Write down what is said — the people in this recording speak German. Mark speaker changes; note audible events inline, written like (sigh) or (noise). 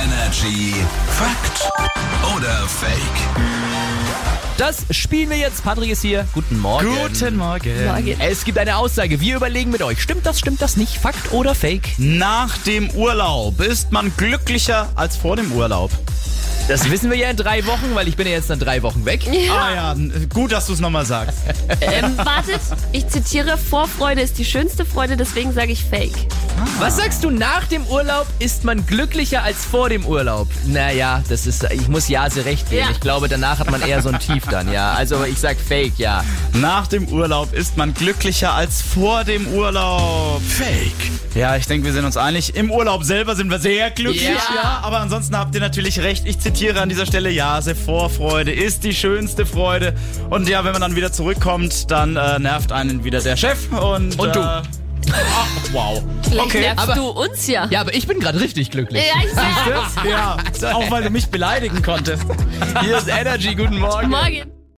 Speaker 1: Energy Fakt oder Fake?
Speaker 2: Das spielen wir jetzt. Patrick ist hier. Guten Morgen.
Speaker 3: Guten Morgen.
Speaker 4: Morgen.
Speaker 2: Es gibt eine Aussage. Wir überlegen mit euch. Stimmt das, stimmt das nicht? Fakt oder Fake?
Speaker 3: Nach dem Urlaub ist man glücklicher als vor dem Urlaub.
Speaker 2: Das wissen wir ja in drei Wochen, weil ich bin ja jetzt dann drei Wochen weg.
Speaker 3: Ah ja, n- gut, dass du es nochmal sagst.
Speaker 4: Ähm, wartet, ich zitiere, Vorfreude ist die schönste Freude, deswegen sage ich Fake.
Speaker 2: Was sagst du, nach dem Urlaub ist man glücklicher als vor dem Urlaub? Naja, das ist, ich muss Jase recht geben.
Speaker 4: Ja.
Speaker 2: Ich glaube, danach hat man eher so ein Tief dann, ja. Also ich sag Fake, ja.
Speaker 3: Nach dem Urlaub ist man glücklicher als vor dem Urlaub.
Speaker 1: Fake.
Speaker 3: Ja, ich denke, wir sind uns einig. Im Urlaub selber sind wir sehr glücklich,
Speaker 2: Ja.
Speaker 3: ja. Aber ansonsten habt ihr natürlich recht. Ich zitiere an dieser Stelle, ja, sehr Vorfreude ist die schönste Freude. Und ja, wenn man dann wieder zurückkommt, dann äh, nervt einen wieder der Chef und...
Speaker 2: Und du.
Speaker 3: Äh, ah, (laughs) wow.
Speaker 4: Vielleicht
Speaker 3: Okay,
Speaker 4: nervst
Speaker 2: aber-
Speaker 4: du uns ja.
Speaker 2: Ja, aber ich bin gerade richtig glücklich.
Speaker 4: Ja, ich sag.
Speaker 3: Ja, auch weil du mich beleidigen konntest. Ah.
Speaker 2: Hier ist Energy, guten Morgen.
Speaker 4: Morgen.